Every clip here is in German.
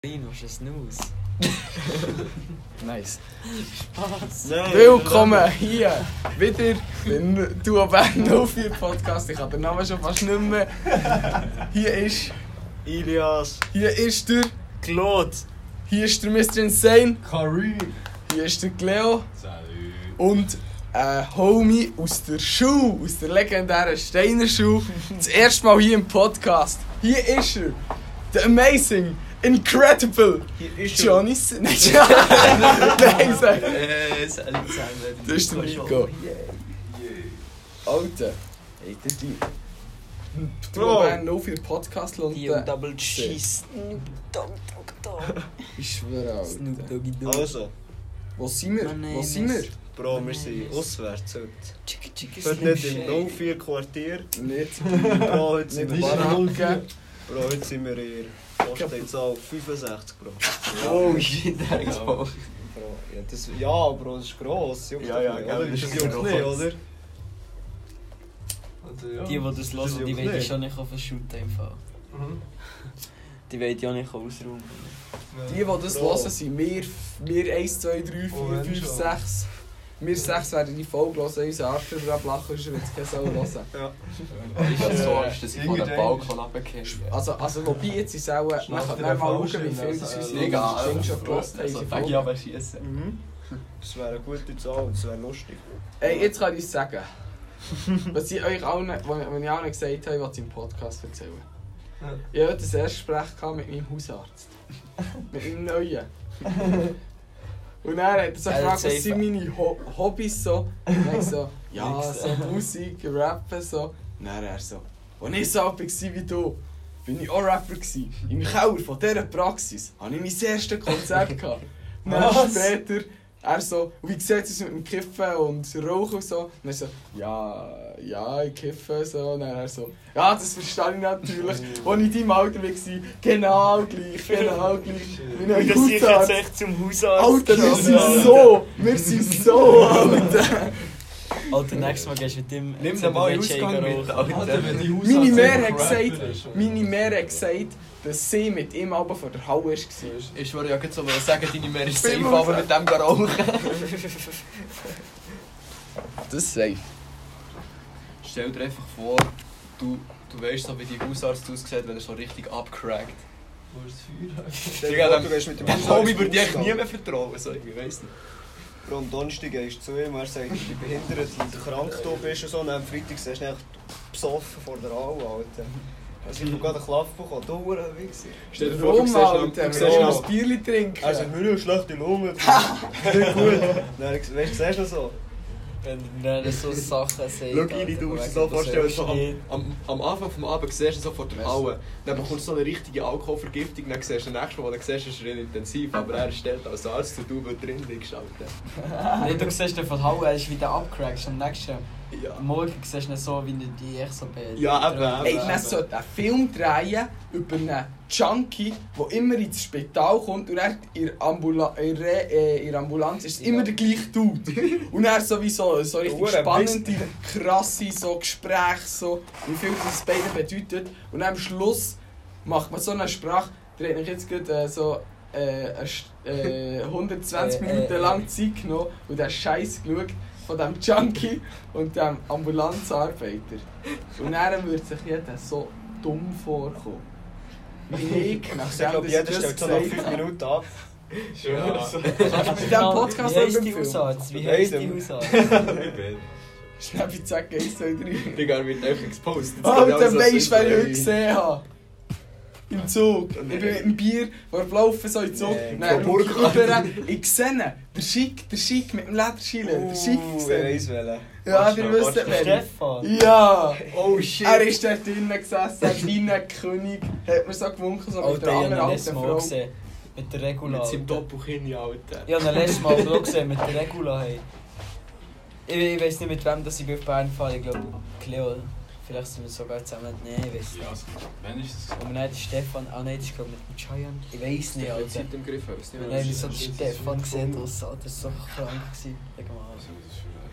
maar je snoes. Nice. Nee, Willkommen hier, wieder in Du auf 04 Podcast. Ich habe den Namen schon fast nicht mehr. Hier ist, Ilias. hier ist der, Claude. hier ist der Mr. Insane, Curry. hier ist der Cleo Salut. und ein äh, Homie aus der Schule, aus der legendären Steiner Schule. Das erste Mal hier im Podcast. Hier ist er, the amazing, incredible Hier ist Johnny S- Nein, Nein, sag- Äh, salut zusammen. Das ist der Nico. Yeah. Alter, ey, der die. Bro. Du hast noch viel Podcast und Die und äh, Double G. Snoop Dogg Dogg Dogg. ich schwöre, Snoop Alter. Doggy Dogg. Also, Wo sind wir? Mein Wo Name sind ist- wir? Bro, wir sind auswärts heute. Chicka chicka Heute Slim nicht im Shady. 04 Quartier. Nicht. Bro, heute sind Nicht Das in ist wir, Bar- Baracke. bro, heute sind wir hier. Postleitzahl 65, Bro. Oh shit, der ist Ja. voll. Bro, ja, das, ja, Bro, das ist gross. Juckt Ja, doch ja, nicht, gell, oder? das Das ist juckt gross. nicht, oder? eh, Also, ja. Die, die das Das hören, die juckt wollen ich nicht. schon nicht auf den Shoot einfach. Mhm. Die wollen ich auch nicht ausräumen. Die, dus die das Bro. hören, sind wir, wir 1, 2, 3, 4, Oh, wenn 5, schon. 6. Wir 6 werden die Folge hören, unser Arschverbrab lachen, sonst wird es keine Sau hören. Ich habe so Angst, dass ich von Irgendein- dem Balkon runtergehe. Also, also wobei jetzt ist auch... Man Schnapp kann dir mal den schauen, Falschen, wie viel also, das uns äh, Mega, Egal, Ding schon gehört haben. Also, die fang ich Folge. aber schießen. Mhm. Das wäre eine gute Zahl, das wäre lustig. Ey, jetzt kann ich es sagen. Was ich euch allen, wenn ich allen gesagt habe, was ich im Podcast erzählen. Ja. Ich hatte das erste Gespräch gehabt mit meinem Hausarzt. mit meinem neuen. Und er hat so Er hat gefragt, was safe- sind meine Ho Hobbys so? Und ich so, ja, Nix. so Musik, Rappen so. Und dann er so, und ich so happy war wie du, bin ich auch Rapper gewesen. Im Keller von dieser Praxis hatte ich mein erstes Konzert. gehabt. Und dann Was? später, er so, wie sieht es aus mit dem Kiffen und Rauchen und so? Und er so, ja, ja, ich kiffe so. Und dann er so, ja, das verstehe ich natürlich. Als ich in deinem Alter war, genau gleich, genau gleich. Shit. Wie ein Hausarzt. echt zum Hausarzt. Alter, wir gegangen. sind so, wir sind so, Alter. Alter, nächstes Mal gehst du mit dem. Nimm den mal in den Ausgang mit, Alter, Alter. wenn die Hausarzt- Meine Mehr hat Rapper ist, gesagt, oder? meine Mehr hat gesagt, dass sie mit ihm aber vor der Halle war. Ich würde ja gerade so sagen, deine Meer ist Bin safe, raus. aber mit dem geh rauchen. Das ist safe. Stell dir einfach vor, du, du weißt so, wie die Hausarzt aussieht, wenn er so richtig abcrackt. Wo ist das Stell dir Digga, vor, dem- du gehst mit dem Dem Hausarzt Homie würde ich echt rausgehen. nie mehr vertrauen, so irgendwie, weißt du? Bro, am Donnerstag gehst du zu ihm, er sagt, ich bin behindert, weil du krank du bist und so. Und am Freitag siehst du ihn echt besoffen vor der Halle, Alter. Also ich habe gerade einen Klapp bekommen, du Hure, wie gesagt. Also, Stell dir vor, du Warum, siehst noch- Alter? du Wir siehst sollen noch noch... ein Bierli trinken. Er sagt, mir nur schlechte Lunge. Nicht gut. Dann weißt du, siehst du so? Wenn er so Sachen sagt. Schau rein, du musst dir so vorstellen, so am, am, am Anfang vom Abend siehst du so vor der Halle, dann bekommst du so eine richtige Alkoholvergiftung, dann siehst du den nächsten Mal, den siehst du, ist er intensiv, aber er stellt als Arzt und du, weil du drin liegst, Alter. Nee, du siehst den von Hauen, er ist wieder abgecrackt. Am nächsten Ja. Morgen siehst du ihn so, wie er die echt so bäht. Ja, eben, eben, Ey, man sollte einen Film drehen über einen Junkie, der immer ins Spital kommt und er in der, Ambula in der, äh, in der Ambulanz ist es immer der gleiche Dude. Und er sowieso so richtig Hure spannende, krasse so Gespräche, so, wie viel das beide bedeutet. Und am Schluss macht man so eine Sprache, da hat mich jetzt gerade äh, so äh, eine Sch- äh, 120 Äh, Minuten äh, lang Zeit genommen und den Scheiß geschaut von dem Junkie und dem Ambulanzarbeiter. Und dann würde sich jeder so dumm vorkommen. Wie ich, Ich glaube, nachdem ich jeder das stellt so nach gesagt 5 habe. Minuten ab. für ein Mit diesem Podcast Wie heisst haben die wir viel. Hausarzt? Wie Mit heisst die einem. Hausarzt? Film? Schnell bei Zack 1, 2, 3. Digga, er wird einfach exposed. Oh, Jetzt geht Alter, alles weisst du, so- wer ich heute gesehen habe? Im Zug. Ich bin mit dem Bier, wir laufen so im Zug. Nee, Nein, Frau ich Burkhardt. rüber, ich sehe ihn. Der Schick, der Schick mit dem Lederschieler. Der Schick Uh, sehe ich. ich weiss welchen. Ja, Warte ihr schnell, wisst warte wen. Stefan! Ja! Oh shit. Er ist dort drinnen gesessen, ein kleiner König. Hat mir so gewunken, so mit Alter, der ich anderen habe ihn alten letztes Mal Frau. gesehen. Mit der Regula. Mit seinem Alter. Doppelkinn, Alter. Ich habe ihn letztes Mal auch gesehen mit der Regula. Hey. Ich, ich weiß nicht, mit wem dass ich auf Bern fahre. Ich glaube, Cleo. Vielleicht sind wir sogar zusammen. Nein, ich weiß nicht. Ja, wenn ist das? Aber nein, der Stefan. Ah nein, das ist glaube mit dem Giant. Ich weiß nicht, Ich hab die Alter. Zeit im Griff, weißt du? Nein, was ich ich habe so meine? den Stefan gesehen. Das war so krank. gewesen. Sag mal. Was ist das für ein-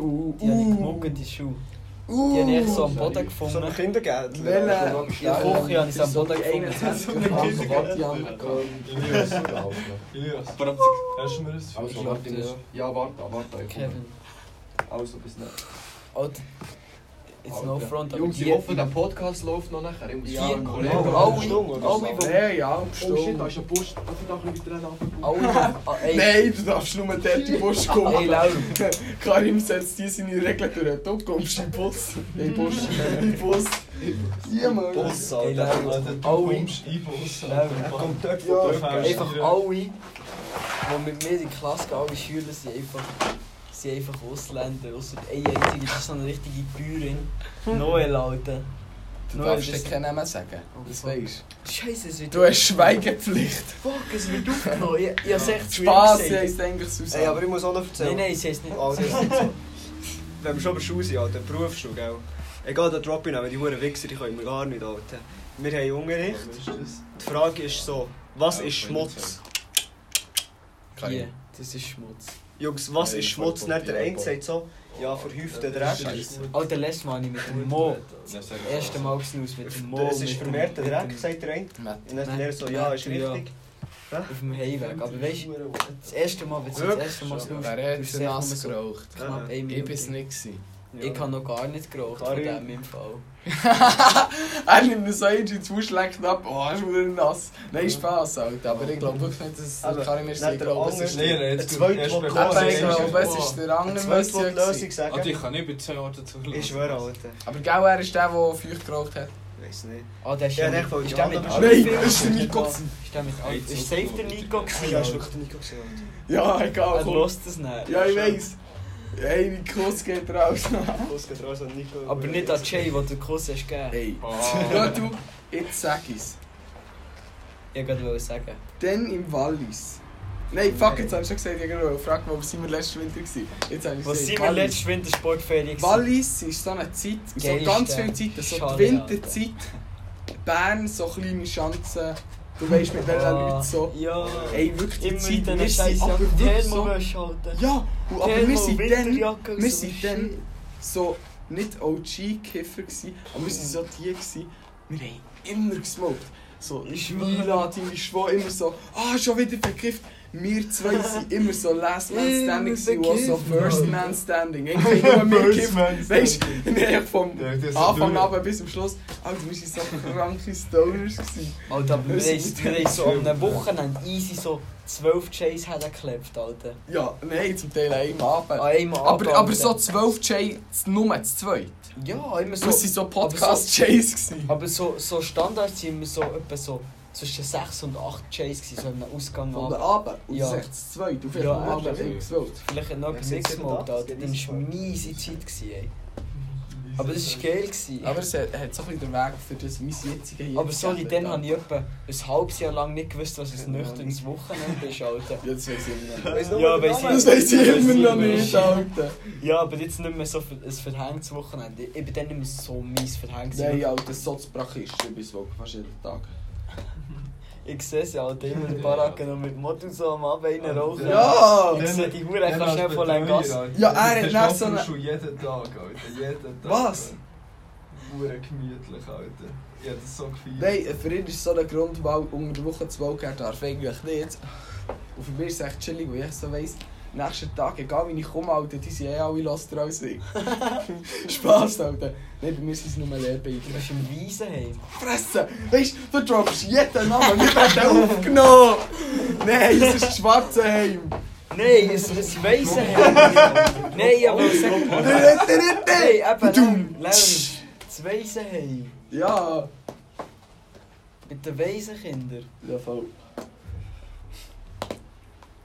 Uh, Die habe ich uh. gemoggt, die Schuhe. Die habe ich Uh, so am Boden gefunden. So ein Kindergärtchen. Lelle. Oder? In der Küche habe ich es am Boden gefunden. Ilias, Aber ab- hast du mir das Also, warte, ich muss- ja, warte, warte. ich komme. Kevin. Also, bis nicht. Alter. It's no Alter. front, aber Jungs, ich die... hoffe, der Podcast läuft noch nachher. Ich muss Ja, vier Kollegen. genau. Oh, Alle, Stunde oder so. alle, die... Nein, ja, oh shit, da bestimmt. ist ein Post. Darf ich da ein bisschen weiter Alle, die... Ah, ey. Nein, du darfst nur dort in die Busch Hey, kommen. Laura. Karim setzt die seine Regeln durch. Du kommst in den Bus. In den Bus. In den Bus. Ja, Mann. Boss, Ey, Alter. Leute. Alter, du Alle. kommst in Bus, Er Alter. kommt dort Ja, von dort. Einfach- gell? Einfach alle, die mit mir in die Klasse gehen, alle Schüler, sind einfach, sind einfach Ausländer. Außer die eine einzige, das ist so eine richtige Bäuerin. Noel, Alter. Du Noel, darfst dir das- keinen Namen sagen. Oh, Das weisst Scheiße, es wird... du. Du hast Schweigepflicht. Fuck, es wird aufgenommen. Ich, ich hab's echt zu ihr Spass gesagt. heisst eigentlich Susanne. Ey, aber ich muss auch noch erzählen. Nein, nein, sie heisst nicht... Also, wenn wir schon bei Schuhe sind, Alter, Berufsschule, gell? Egal, der Drop-In, aber nou, die Huren Wichser, die können wir gar nicht, Alter. Wir haben Unterricht. Die Frage ist so, was Ja, ist ich Schmutz? Oh, Hier, das ist Schmutz. Jungs, was Ja, ist ich Schmutz? voll, voll, Dann der ja, eine voll. sagt so, ja, dus- verhäufter Dreck. Alter, letztes Mal habe ich mit dem Mo... Das Das erste Mal gesnusst mit dem Mo... Es ist mit dem- vermehrter mit dem- Dreck, sagt der eine. Matt. Und dann der Lehrer so, dus ja, ist Ja. richtig. Auf dem Heimweg. Aber weißt du, das erste Mal, wenn du das erste Mal snusst, Wer hat bist den du echt nur Nass so geraucht? Ja. knapp eine Ich Minute. bin es nicht. gewesen. Ich kann noch gar nicht geraucht von Karin. dem im Fall. er nimmt das Eis und zuschlägt ab, oh, ist wieder nass. Nein, Spaß, Alter. Aber ich glaube wirklich nicht, dass Aber das kann ich mir Also, nicht sagen. der glaube, es ist andere- der- Nee, jetzt Zweite, die erst Klasse Aber Lösung ich ist- glaube, es ist der Der andere zweite, der Monsieur die Lösung gewesen. sagen. Alter, ich kann nicht bei zwei Orten zulassen. Ich schwöre, Alter. Aber gell, er ist der, der feucht geraucht hat. Weiß nicht. Ah, der ist Ja, ja der mit- voll ist die der mit andere allen Nein, Filmen? das ist der Ist Nico da- gewesen. Ist der mit allen- Jetzt Ist ist safe es der noch wieder. Nico gewesen? Ja, hast du Alter? wirklich nicht gesehen, Alter. Ja, egal, Also, Er komm. lässt das nicht. Ja, ich weiss. Hey, mein Kuss geht raus. Kuss geht raus an Nico. Aber nicht an Jay, den du Kuss hast gegeben. Hey. Ja, Oh. du, jetzt sag ich's. Ich wollte gerade sagen. Dann im Wallis. Nein, fuck, jetzt hab ich schon gesagt, ich wollte fragen, wo sind wir letzten Winter gewesen? Jetzt hab ich Was gesagt, sind wir Wallis. letztes Winter Sportferien? Wallis ist so eine Zeit, Geilste so ganz viele Zeiten, so Schale, die Winterzeit, Bern, so kleine Schanzen, du weißt mit welchen Leuten so. Ja. Ey, wirklich die Ah. Immer Zeit, mit wir diesen sind scheiß aber wirklich Thermo so... schalten. Ja, und, aber wir sind dann, Winterjacke. wir sind dann so nicht OG-Kiffer gewesen, aber wir sind so die gewesen, wir haben immer gesmoked. So Schweila, Timmy Schwo, immer so, ah, schon wieder vergriffen. Wir zwei sind immer so Last Man Standing, gewesen und auch so First Man Standing. Irgendwie nur mehr gekifft. Weißt du, nee, vom Ja, das Dus ist so Anfang dumm. ab bis zum Schluss. Alter, wir waren so kranke Stoners. Gewesen. Alter, aber wir Wir haben sind- wir haben so an einem Wochenende easy so 12 Jays hergeklebt, Alter. Ja, nein, zum Teil einmal Abend. An einem Abend, Äh, Aber, aber so Alter. 12 J, nur zu zweit. Ja, immer so. Das waren so Podcast-Jays. gewesen. Aber so, so Standards sind immer so etwa so zwischen 6 und 8 Jays gewesen, so in einem Ausgang. Von der ab. Abend und Ja. ja. 6 zu 2. Du fährst Ja, am Abend also. um 12. Vielleicht hat noch Ja, etwas sechs nicht und gesmoked, acht, Alter. ja, Dann das war war- meine easy Zeit, gewesen, ey. Aber das war geil. Gewesen. Aber es hat, hat so ein bisschen den Weg für das mein jetziges Jahr. Aber sorry, gegeben, dann habe ich etwa ein halbes Jahr lang nicht gewusst, was ein Ja. nüchternes Wochenende ist, Alter. Ja, das weiss ich immer noch. Weiss nur, Ja, der weiss Name. Das weiss ich Das immer noch weiss ich nicht, Alter. Ja, aber jetzt nicht mehr so ver- ein verhängtes Wochenende. Ich bin dann nicht mehr so mies verhängt. Nein, Alter, so zu brachisch. Ich bin so fast jeden Tag. Ich sehe es ja, Alter. Immer in der Baracke noch mit dem Motto so am Abend rein rauchen. Ja! Ich sehe die Hure einfach schnell von einem Gas. Ja, er hat nach so einer- schon jeden Tag, Alter. Jeden Tag. Was? Hure gemütlich, Alter. Ich hab das so gefeiert. Nein, für ihn ist so der Grund, weil unter der Woche zu Walker darf eigentlich nicht. Und für mich ist es echt chillig, weil ich so weiss, nächsten Tag, egal wie ich komme, Alter, die sind eh alle los draußen. Spass, Alter. Nein, bei mir sind es nur Lehrbeine. Du bist im Waisenheim. Fresse! Weißt du, du droppst jeden Namen, wir werden aufgenommen! Nein, es ist Schwarzenheim! Nein, es ist Waisenheim. Nein, aber ich sag... Nein, eben, Lärm, Lärm. Das Waisenheim. Ja! Mit den Waisenkindern. Ja, voll.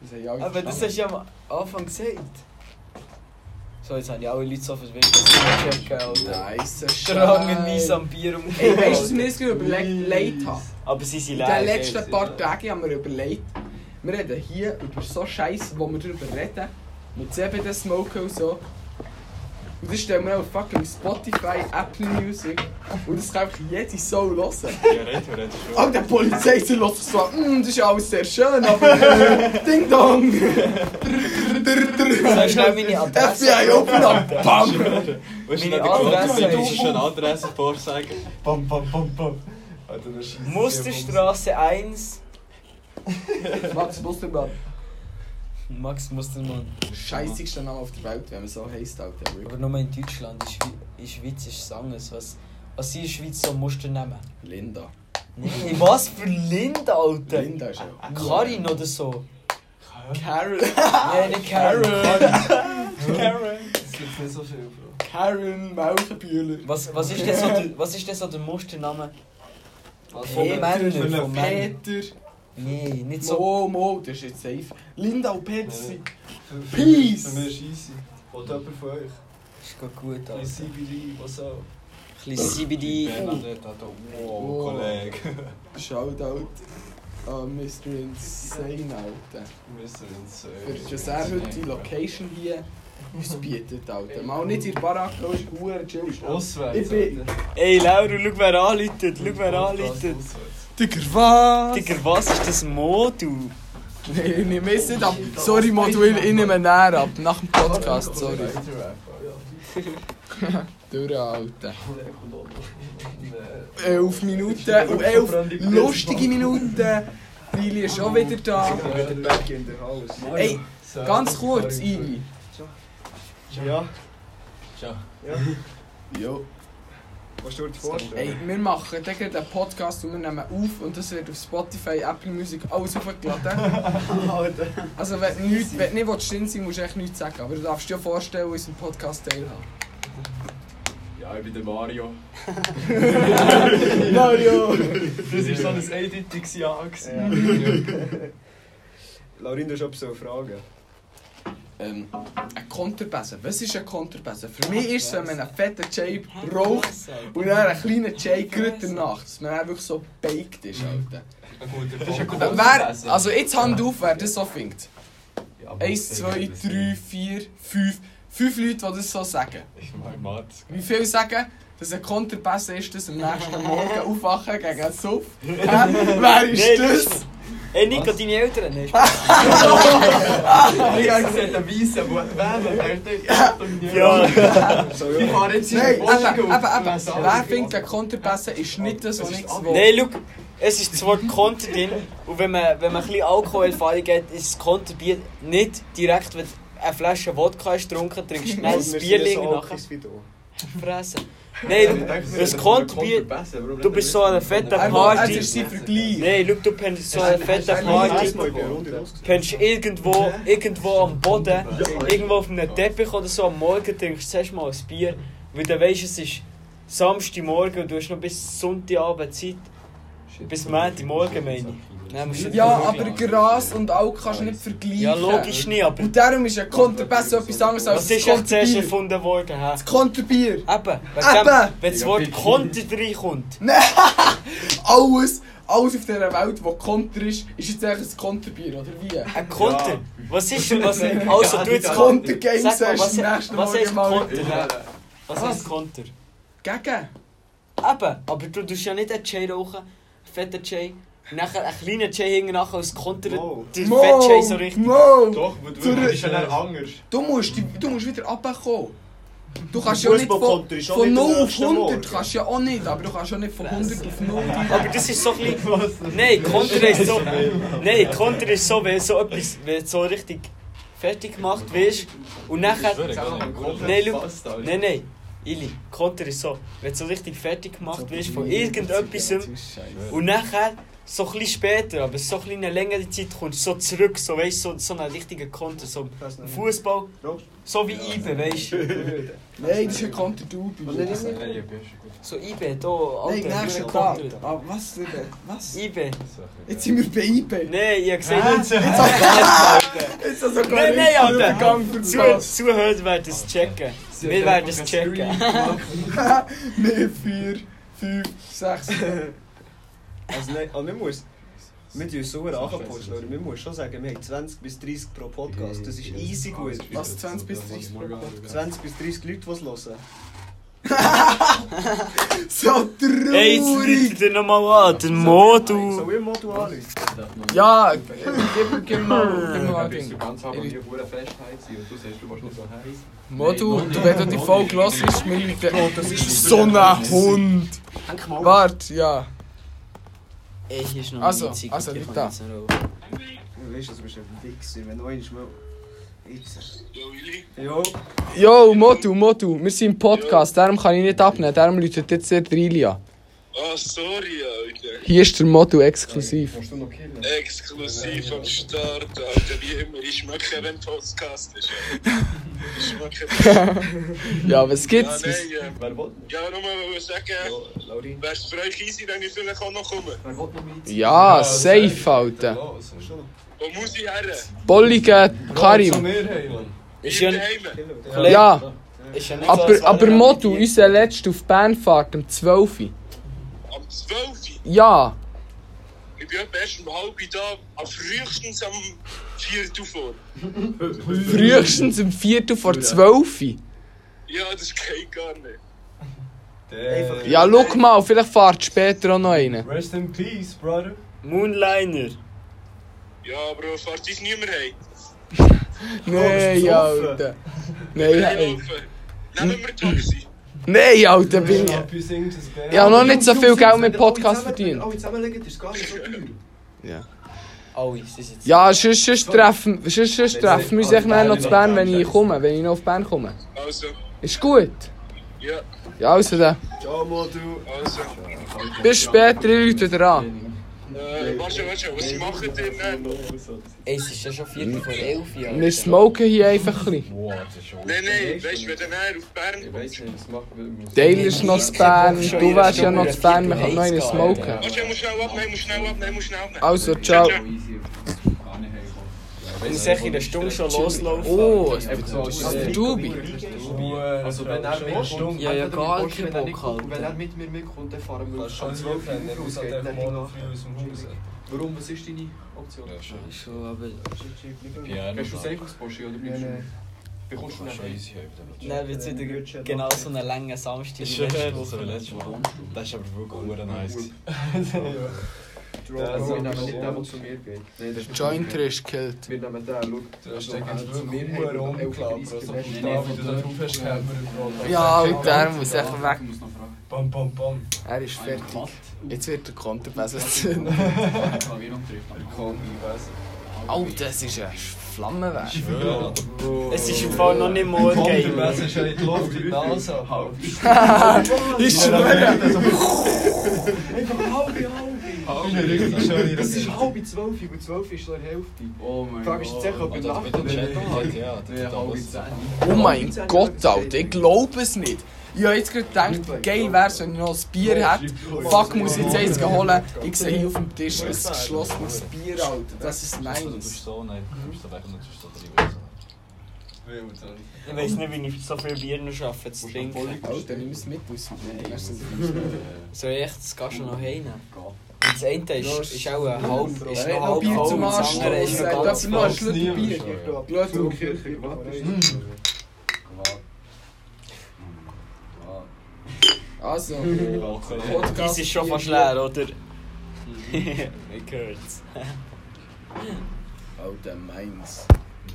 Das haben alle Aber das verstanden. hast du ja am Anfang gesagt. So, jetzt haben ja alle Leute so verwirrt, dass sie nicht checken, Alter. Nice, Strangenweise am Bier umgehen. Ey, weißt du, was wir uns gerade überlegt haben? Aber sie sind also. In leer. den letzten ja. paar Tagen haben wir überlegt, wir reden hier über so Scheiße, wo wir drüber reden, mit CBD Smoken und so. Und das stellen wir auch auf fucking Spotify, Apple Music. Und das kann einfach jede Soul hören. Ja, red, red schon. Auch der Polizei sie hört sich so, mm, das ist alles sehr schön, aber äh, Ding Dong! Drr, drr, drr, drr. Soll ich schnell meine Adresse- FBI, open up! Bam! Und Weißt du, Meine dann die Glotze, Adresse du ist- musst schon Adresse vorsagen. Bam, bam, bam, bam. Alter, das scheisst sich Musterstraße 1. Max Bustermann. Max Mustermann. Scheißigster Name auf der Welt, wenn man so heisst, Alter. Aber nur in Deutschland, in, Schwe in der Schweiz ist es anders. Was, was sie in der Schweiz so Muster nehmen. Linda. Nein, was für Linda, Alter. Äh, Linda ist ja. Karin oder so. Carol. Nein, nicht Karin. Karen. Das gibt nicht so viel, Bro. Karen Melchenbühler. Was, was, ist denn so der, was ist denn so der Mustername? Also, Hey, Männer, für einen von Männern. Peter. Nein, nicht so. Mo, Mo, das ist jetzt safe. Linda und Percy. für- für- Peace. Für mich ist easy. Wollt jemand von euch? Ist gut, gut Ein Alter. CBD, was auch. Ein bisschen CBD. Bernadette hat auch- Oh. Wow, Oh, Kollege. Shoutout an Mr. Insane, Alter. Wir sind insane. Für äh, dass er heute die Location hier uns bietet, Alter. Mal nicht in der Baracke, ist gut, chillst. Ich Auswärts, bin- Alter. Ey, Laura, schau, wer anläutet. Schau, wer Podcast anläutet. auswärts. Digga, was? Digga, was ist das Mo, du? Nee, nimm es nicht ab. Sorry, Mo, du ich nehme näher ab. Nach dem Podcast, sorry. Durch, Alter. äh, Elf Minuten und elf lustige Minuten. Lili ist schon wieder da. wieder back in der Haus. Ey, ganz kurz, Ili. Ja. Ja. Ja. Jo. Was du dir vorstellen? Ey, wir machen dann gerade einen Podcast und wir nehmen auf und das wird auf Spotify, Apple Music alles hochgeladen. Alter. Also wenn du nicht, wenn du nicht willst, drin sein musst du echt nichts sagen. Aber du darfst dir vorstellen, unseren Podcast teilhaben. Ja, ich bin der Mario. Mario! Das war so ein eindeutiges Ja. gewesen. Ja. Laurin, du hast etwas zu fragen. Ähm, ein Konterbesen. Was ist ein Konterbesen? Für mich ist es, wenn man einen fetten Jape raucht und dann einen kleinen Jape gerade danach. Dass man dann wirklich so baked ist, Alter. Äh, Das ist ein guter Wer, also jetzt Hand auf, wer das so findet. Eins, zwei, drei, vier, fünf. Fünf Leute, die das so sagen. Ich mein Mats. Wie viele sagen, dass ein Konterbesen ist, dass am nächsten Morgen aufwachen gegen einen Suff? Hä? Wer ist Nein, das das? Ey, Nico, deine Eltern? Nein, Ich hab gesagt, Der Weisse, wo wählen, Ja. So, Wir ja. fahren jetzt Nein, in den eben, eben, Lass eben. alles. Wer findet, ein Konterbesen ist nicht das, was ich will? Nein, schau, es ist das Wort Konter drin. Und wenn man, wenn man ein bisschen Alkoholerfahrung hat, ist das Konterbier nicht direkt, wenn du eine Flasche Wodka hast getrunken, trinkst du schnell ein Bierling nachher fressen. Nein, das Konterbier, du bist so eine fette Einmal, also Party. es ist sein Vergleich. Nein, schau, du pennst so eine fette Party. Pennst irgendwo, irgendwo am Boden, irgendwo auf einem Teppich oder so am Morgen trinkst du zuerst mal ein Bier, weil du weißt, es ist Samstagmorgen und du hast noch bis Sonntagabend Zeit. Bis Montagmorgen, meine ich. Nein, musst du- Ja, aber Gras und Alk kannst du nicht vergleichen. Ja, logisch nicht, aber Und darum ist ein Konterpass etwas anderes als was das ist echt zuerst Konterbier. erfunden worden? hä? Das Konterbier. Eben, Eben. wegen dem, wenn das Wort Konter reinkommt. Alles, alles auf dieser Welt, was Konter ist, ist jetzt eigentlich ein Konterbier, oder wie? Ein Konter? Was ist denn was? Also, du jetzt Konter. Konter Games Sag mal, hast was, du am nächsten was heißt Morgen mal. Ah. Konter? Was heißt Konter? Gegen. Eben, aber du tust ja nicht einen Chai rauchen, einen fetten Chai. Und Nachher einen kleinen Chai hinten nachher als Konter. Mo. Der fette Chai so richtig. Mo! Doch, weil du bist ja dann anders. Du musst, die- du musst wieder runterkommen. Du kannst ja nicht von, Fußballkonter ist auch von nicht am 0 auf nächsten 100 Morgen. kannst du ja auch nicht, aber du kannst ja nicht von 100 auf 0 Aber das ist so ein bisschen. Nein, Konter ist so. Nein, Konter ist so, wenn so etwas, wenn so richtig fertig gemacht wirst. Und nachher. Nein, schau. Nein, nein. Ili, Konter ist so. Wenn du so richtig fertig gemacht wirst von irgendetwas. Und nachher, so ein bisschen später, aber so ein bisschen eine längere Zeit kommst du so zurück, so weißt du, so, so einen richtigen Konter. So im Fußball, so wie IBE, weißt du? Nein, das ist ein Konter-Dubi. So IBE, da, Alter, Nein, nächsten nur Tag. Konter. Ah, was denn? Was? IBE. Jetzt sind wir bei IB. Nein, ich hab gesagt, Jetzt also gar Nein, nein, Alter. Gang Zu verpasst. Zuhörer werden es checken. Wir werden es checken. Nein, 4, 5, 6. Also nein, aber wir müssen... Wir tun es sauer angepostet, aber wir müssen schon sagen, wir haben 20 bis 30 pro Podcast. Das ist easy gut. Was, 20 bis 30 pro Kopf? 20 bis 30 Leute, die es hören. So Ey, jetzt traurig. ruft ihr nochmal an, den Modu. So, wir mal du anrufen. Ja, gib, gib, gib mal, gib mal Dann ein bist du Ding. ganz am Anfang verdammt fest heiß und du sagst, du warst nicht so heiß. Mo, du, du, wenn du die Folge hörst, ist mir Oh, so ein Hund. Warte, ja. Ey, hier ist noch Also, eine Zigarette, also, ich nicht kann da. jetzt noch- Weißt du, du bist ein Wichser, wenn du einmal... Jetzt. Jo. Yo, Motu, Motu, wir sind im Podcast, darum kann ich nicht abnehmen, darum läutet jetzt der Drilia. Ah, sorry, Alter. Hier ist der Motu exklusiv. Musst du noch killen? Exklusiv am Start, Alter. Wie immer. Ich schmecke, wenn Podcast ist. Alter. Ich schmecke. Ja, was Ja, gibt's? Was- nein, ähm, Wer wollte ja, nur mal sagen, Laurin. wär's für euch easy, wenn ich vielleicht auch noch komme. Ja, safe, Alter. Los. also Wo muss ich her? Bolligen, Karim. Mehr haben, Mann. Ist ja Hier nicht- daheim. Kollege, Ja, ist ja nicht so, als aber, wäre aber er Motu, mit dir. unser letzter auf Bernfahrt, am 12. Am 12. Ja, Ich bin etwa erst um halb da, am frühestens am 4. Uhr vor. frühestens um 4. vor 12. Ja, das geht gar nicht. Einfach. Ja, schau mal, vielleicht fahrt später auch noch einen. Rest in peace, brother. Moonliner. Ja, Bro, fahrt uns niemand heim. Nein, Alter. Nein, Hey. ey. Nehmen wir Taxi. Nein, Alter, bin ich. Happy sings is bad. Ich habe noch nicht so viel Geld mit Podcast verdient. Alle zusammenlegen, ist gar nicht so teuer. Oh, ist das jetzt... Ja, sonst, sonst treffen, sonst, sonst treffen wir uns echt nachher noch zu Bern, wenn ich komme, wenn ich noch auf Bern komme. Also, Ist gut. ja, Ja, eh, also dann. Ciao, Modu. also. Bis später, ich rufe wieder an. Äh, warte, schon, warte, schon. was macht ihr denn? Ey, es ist ja schon Viertel vor Mm. elf, Alter. Wir smoken hier einfach ein bisschen. Nein, nein, weißt du, wenn du näher auf Bern kommst. Weiss nicht, was machen wir? Dale ist noch zu Bern, du wärst ja noch zu Bern, wir können noch einen smoken. Warte, ich muss schnell abnehmen, ich muss schnell abnehmen, ich muss schnell abnehmen. Also, ciao. Wenn es echt in der Stunde schon loslaufen. Oh, es Einfach so als- ist Dubi. Also wenn er mit Ja, ja, gar keinen Wenn er, Bock, nicht, wenn er Alter. mit mir mitkommt, dann fahren wir Kannst schon schon zwölf Hände, du sollst einfach morgen Warum? früh aus dem Haus. Was ist deine Option? Schon, aber... Gehst du safe aufs Porsche oder bleibst du? Bekommst du einen Dann wird es wieder genau so einen langen Samstag. Das ist wie letztes schön, Mal. was wir letztes Mal Das ist aber wirklich hure nice. gewesen. Ja, also, wir nehmen nicht den, der zu mir geht. Nein, das ist Joint ist gekillt. Wir nehmen den, schau. Da steht jetzt wirklich verdammt rumgeklappt, so da, wo du da drauf hast, gehört mir Ja, Alter, er muss einfach weg. Bam, bam, bam. Er ist fertig. Jetzt wird der Konter besser. Komm, ich weiss. Oh, das ist ein Flammenwerk. Es ist im Fall noch nicht morgen. Der Messer ist ja in die Luft, in die Nase. Halt. Ich schwöre. Richtig schön, das ist halb zwölf, über zwölf ist schon die Hälfte. Oh mein Frage ist jetzt echt, ob Oh, er das Nacht mit dem oder Chat halt, ja. Das, Ja, halb das, zehn. Oh mein Gott, Alter, ich glaube es nicht. Ich habe jetzt gerade gedacht, geil wäre es, wenn ich noch ein Bier hätte. Fuck, muss ich jetzt eins holen. Ich sehe hier auf dem Tisch ein geschlossenes Bier, Alter. Das ist Also, du nice. bist so, nein, du bist so weg und du bist so drüber. Ich weiß nicht, wie ich so viel Bier noch schaffe zu trinken. Alter, nimm es mit aus. Soll ich echt das Gast noch heimnehmen? Und Das eine ist, ist auch ein halb, ist Hey, noch noch halb Bier voll, zum das Arsch. andere ist noch Das ganz ist noch ein voll. Schlüssel Bier. Schau, du. Hmm. Also, Dies Podcast. ist schon fast leer, oder? Ich gehört's. Alter, meins.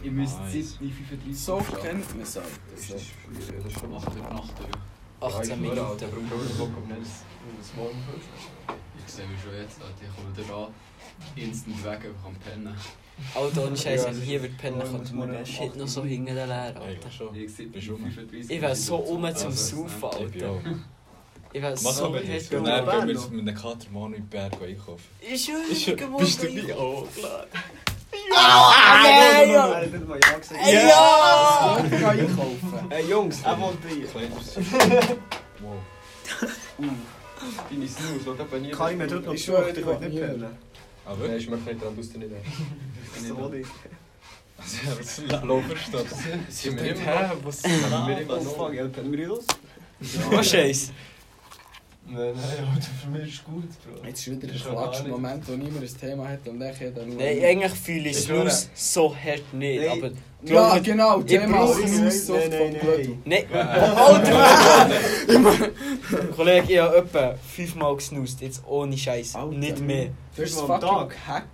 Ich müsste jetzt nicht 35 So kennt man es, Alter. So. 18 Minuten. Warum brauchst du Bock auf Nels? Ich sehe mich schon jetzt, Alter. Ich komme wieder an. Instant weg, einfach am Pennen. Alter, ohne Scheiß, wenn ich hier wird pennen, kommt mir der Shit noch so hinten leer, Alter. Eigentlich schon. Ich sehe Bist du rum? 35. Ich wäre so um zum Saufen, Ich bin auch. Alter. Ich wäre Was so haben wir jetzt? Dann hätte gehen wir jetzt mit einem Kater morgen in den Berg einkaufen. Ist ja heute Bist du geworden. dabei? Oh, klar. Nein, ja! Er hat mal Ja gesagt. Ah, ich kann einkaufen. Hey Jungs, er wollte Bier. Wow. Deine Snus, schau etwa nie. Kann ich mir dort noch Ich schwöre, Frucht, ich ich will will nicht nie. pillen. Ah, Nein, wirklich? ich möchte nicht dran, dass du nicht hast. Das will ich. Das ist ein Loverstoff. Sie haben immer Wir haben angefangen, ja, können wir los? Oh, Scheiß. Nein, nein, Alter, für mich ist gut, Bro. Jetzt ist wieder Ist ein ja gar nicht. Klatsch-Moment, wo niemand ein Thema hat und ich dann nur... Nein, eigentlich fühle ich Ich schwöre. Snus so hart nicht, Nein. aber... Ja, genau, Ich Thema brauche- Nein, Snussucht nein, vom Blödel. Nein, Alter! Kollege, ich habe etwa fünfmal gesnust, jetzt ohne Scheiß, Alter. nicht mehr. Das ist ein Fünfmal am fucking Hack.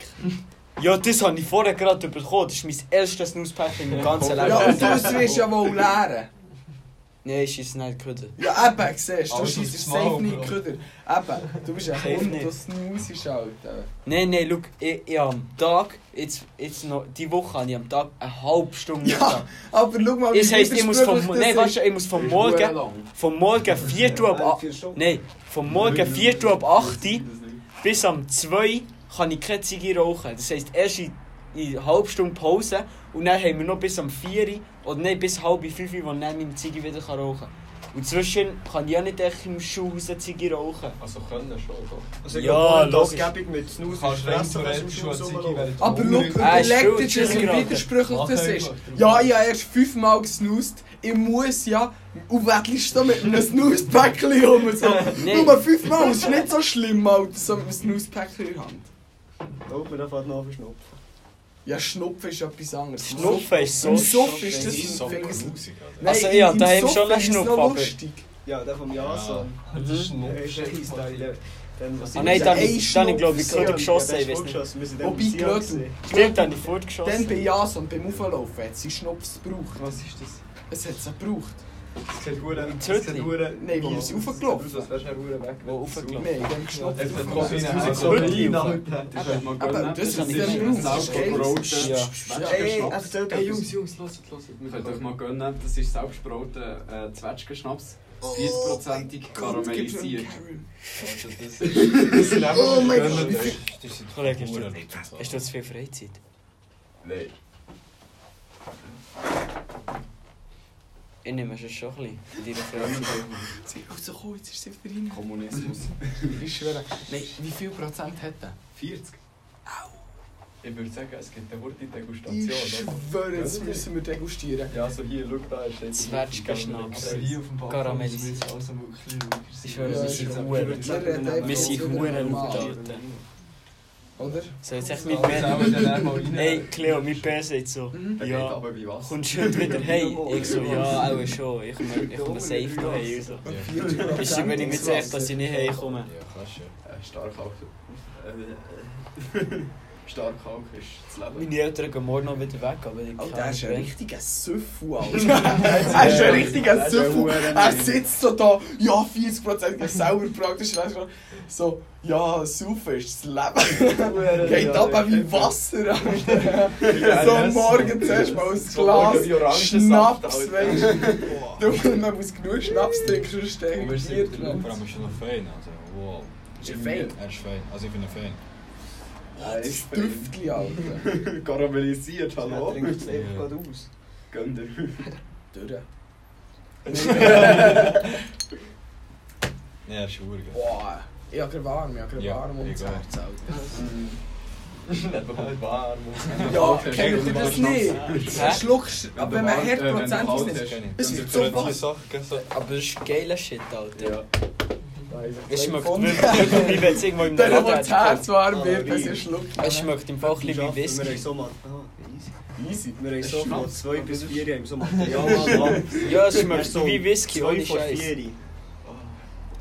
Ja, das habe ich vorher gerade bekommen, das ist mein erstes Snuspack in meinem ganzen Leben. Ja, und du wirst ja wohl leeren. Nein, ist es nicht können. Ja, eben, siehst du, du Alles scheisst aufs Maul, safe nicht Bro. Köder. Eben, du bist Safe ein Hund, nicht. du snusest, Alter. Nein, nein, schau, ich, ich habe am Tag, jetzt, jetzt noch, die Woche habe ich am Tag eine halbe Stunde Ja, oh, gehabt. Aber schau mal, Das heisst, ich muss vom, widersprüchlich nein, das weißt du, ich muss vom ist verdammt Morgen, lang. vom Morgen 4 Uhr ab a- Nein, vom Morgen 4 Uhr ab 8 Uhr bis am 2 Uhr kann ich keine Ziege rauchen. Das heisst, erst in, in einer halben Stunde Pause und dann haben wir noch bis am 4 Uhr oder nein, bis halb 5 Uhr, wo ich dann meine Ziege wieder kann rauchen kann. Und zwischen kann ich ja nicht echt im Schuhhaus eine Ziege rauchen. Also können schon, doch. Also ich Ja, glaube, das logisch. Gebung mit Snus ist Kannst rein Stress, wenn du im theoretisch schon eine Schuh Ziege rumläufst. während du Aber schau, hungrig bist. Ah, ist überleg schuld, dir, jetzt, wie schuld, widersprüchlich Alter. das Mach ist. einfach. Ja, ich habe erst fünfmal gesnust. Ich muss ja auf Wettlis da mit einem Snuspäckchen rum. So. Nein. Nur fünfmal, das ist nicht so schlimm, Alter, so mit einem Snuspäckchen in der Hand. Glaub mir, der fährt noch auf den Schnupfen. Ja, Schnupfen ist etwas anderes. Schnupfen ist so... Im Suff ist das Das ist so finde ich- grusig, Alter. Nein, Also, im- ja, im daheim Suff schon ein ist es noch Schnupfen, aber- lustig. Ja, der vom Jason. Das ist ein Der ist ein Notfall. Freestyler. Dann, was Ah nein, Ja, dann habe ey, ich, dann hab ich glaube ich Schnupfen, gerade ja, geschossen, ich ich weiß nicht. Wir sind Wobei, dann im Sion Glöckl- gesehen. Stimmt, dann habe ich Dann bei fortgeschossen. Jason, beim Auflaufen, hat sie Schnups gebraucht. Was ist das? Es hat sie gebraucht. Es sieht gut Im aus. Zötli? Es sieht gut aus. Nein, wir sind aufgelaufen. Das wärst du dann weg. Wo raufgelaufen? Nein, dann geschnupft. Es hat aufgelaufen. Koffein, es hat Koffein. Koffein. Das ist mal Aber das ist Das dann ist ein Brauch. Das ist geil. Ja. Ey, also- er erzählt Hey etwas. Jungs, Jungs, hört, Könnt ihr euch hört. mal gönnen, das ist selbstgebrauter äh, Zwetschgenschnaps. 40%ig karamellisiert. Oh mein Gott. Kollege, hast du, hast du zu viel Freizeit? Nein. Ich nehme es schon ein bisschen. in deiner Freizeit. Also komm, jetzt ist sie wieder rein. Kommunismus. Ich schwöre. Nein, wie viel Prozent hat er? 40. Ich würde sagen, es gibt eine gute Ich Degustation, oder? schwöre, jetzt müssen wir degustieren. Ja, so hier, schau da, ist jetzt... Zwetschgenschnaps. Aber hier auf dem Balkon Karamellisiert. ist alles wirklich ruhig. Ich schwöre, Ja, wir ist sind ja Huren. Wir reden einfach Wir sind wieder Huren laut. normal, Alter. Oder? So, jetzt echt Alles mit auch in den Lärm mal rein. Ey, Cleo, mein Pär sagt so. Mhm. Er geht Ja, aber wie was? kommst du heute wieder hey? Ich so, ja, auch schon. Ich komme ich komme safe noch hey. Also. Ja. Ist dir, wenn ich mir sage, dass ich nicht heimkomme? Ja, kannst du. Äh, stark auch. Äh, stark auch ist das Leben. Meine Eltern gehen morgen noch wieder weg, aber ich Alter, er ist ein nicht. richtiger Süffel, Alter. er ist ein richtiger Süffel. Er sitzt so da, ja, 40%, er ist selber praktisch. Er ist so, ja, Saufen ist das Leben. Geht ab wie Wasser, Alter. so am morgen zuerst mal ein Glas Schnaps, weißt du. Du, Man muss genug Schnaps trinken, sonst Und wir stagniert sind der Luper, man. aber ist noch fein, also wow. Ist er fein? Er ist fein, also ich bin ein Fan. Das ist Düftli, Alter. Karamellisiert, Er hallo? trinkt es einfach gerade aus. Gönn dir. Durch. Ja, er ist schwurig. Boah, ich hab grad warm, ich hab grad Ja, warm um ums egal. Herz, Alter. Eben halt warm. Ja, kennt ihr das nicht? Hä? Ein Schluck, Sch- aber wenn man hart eh, Prozent ausnimmt, es wird so was. Aber das ist geiler Shit, Alter. Es Ich schmeckt fand- wirklich, wie wenn es irgendwo im Dann, Laden wo das hätte. Herz warm wird, das ist ein Schluck. Es schmeckt im Fall ein bisschen wie Wir haben Whisky. so mal... Ah, easy. easy. Wir haben so mal 2 bis 4 haben so Material. Ja, es schmeckt wie Whisky, ohne Scheiß. vier.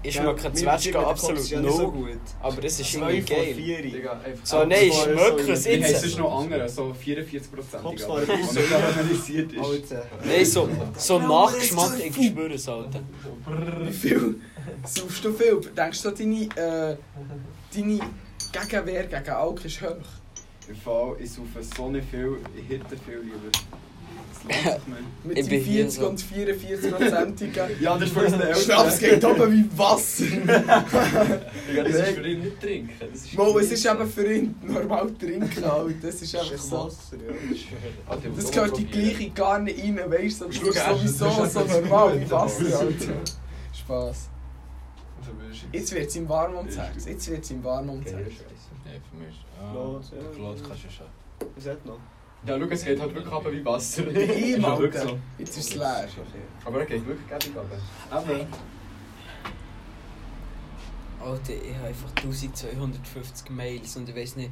Ich schmecke Ja, Zwetschgen mit der absolut Cox ist ja nicht so no. gut. Aber es ist irgendwie Zwei von geil. vier. So, nein, ich Alkohol, schmecke es so, Hey, es jetzt. ist noch andere, so 44%. Kommst Egal. mal raus. Karamellisiert ist. Alter. Nein, so, so einen Nachgeschmack, ich spüre es, Alter. Wie viel? Saufst du viel? Denkst du, deine, äh, deine Gegenwehr gegen Alk ist hoch? Im Fall, ich saufe so nicht viel, ich hitte viel lieber. Das lohnt sich nicht. Mit Ich den bin hier 40 so. und 44-prozentigen. Ja, das ist für unsere Schnaps geht oben wie Wasser. Ja, das ist für ihn nicht trinken. Das ist Mo, es ist eben für ihn normal trinken, Alter. Das ist einfach so. Das gehört die gleiche gar nicht rein, weißt du? Das ist sowieso so normal wie Wasser, Alter. Spass. Jetzt wird es ihm warm ums Herz. Jetzt wird es ihm warm ums Herz. Nein, für mich. Claude, ja. Klot kannst du schon. Was hat noch? Ja, schau, es geht halt wirklich runter wie Wasser. Bei ihm, Ist ja wirklich Alter. so. Jetzt ist es leer. Aber er geht wirklich gäbig runter. Aber... Alter, ich habe einfach 1250 Mails und ich weiß nicht,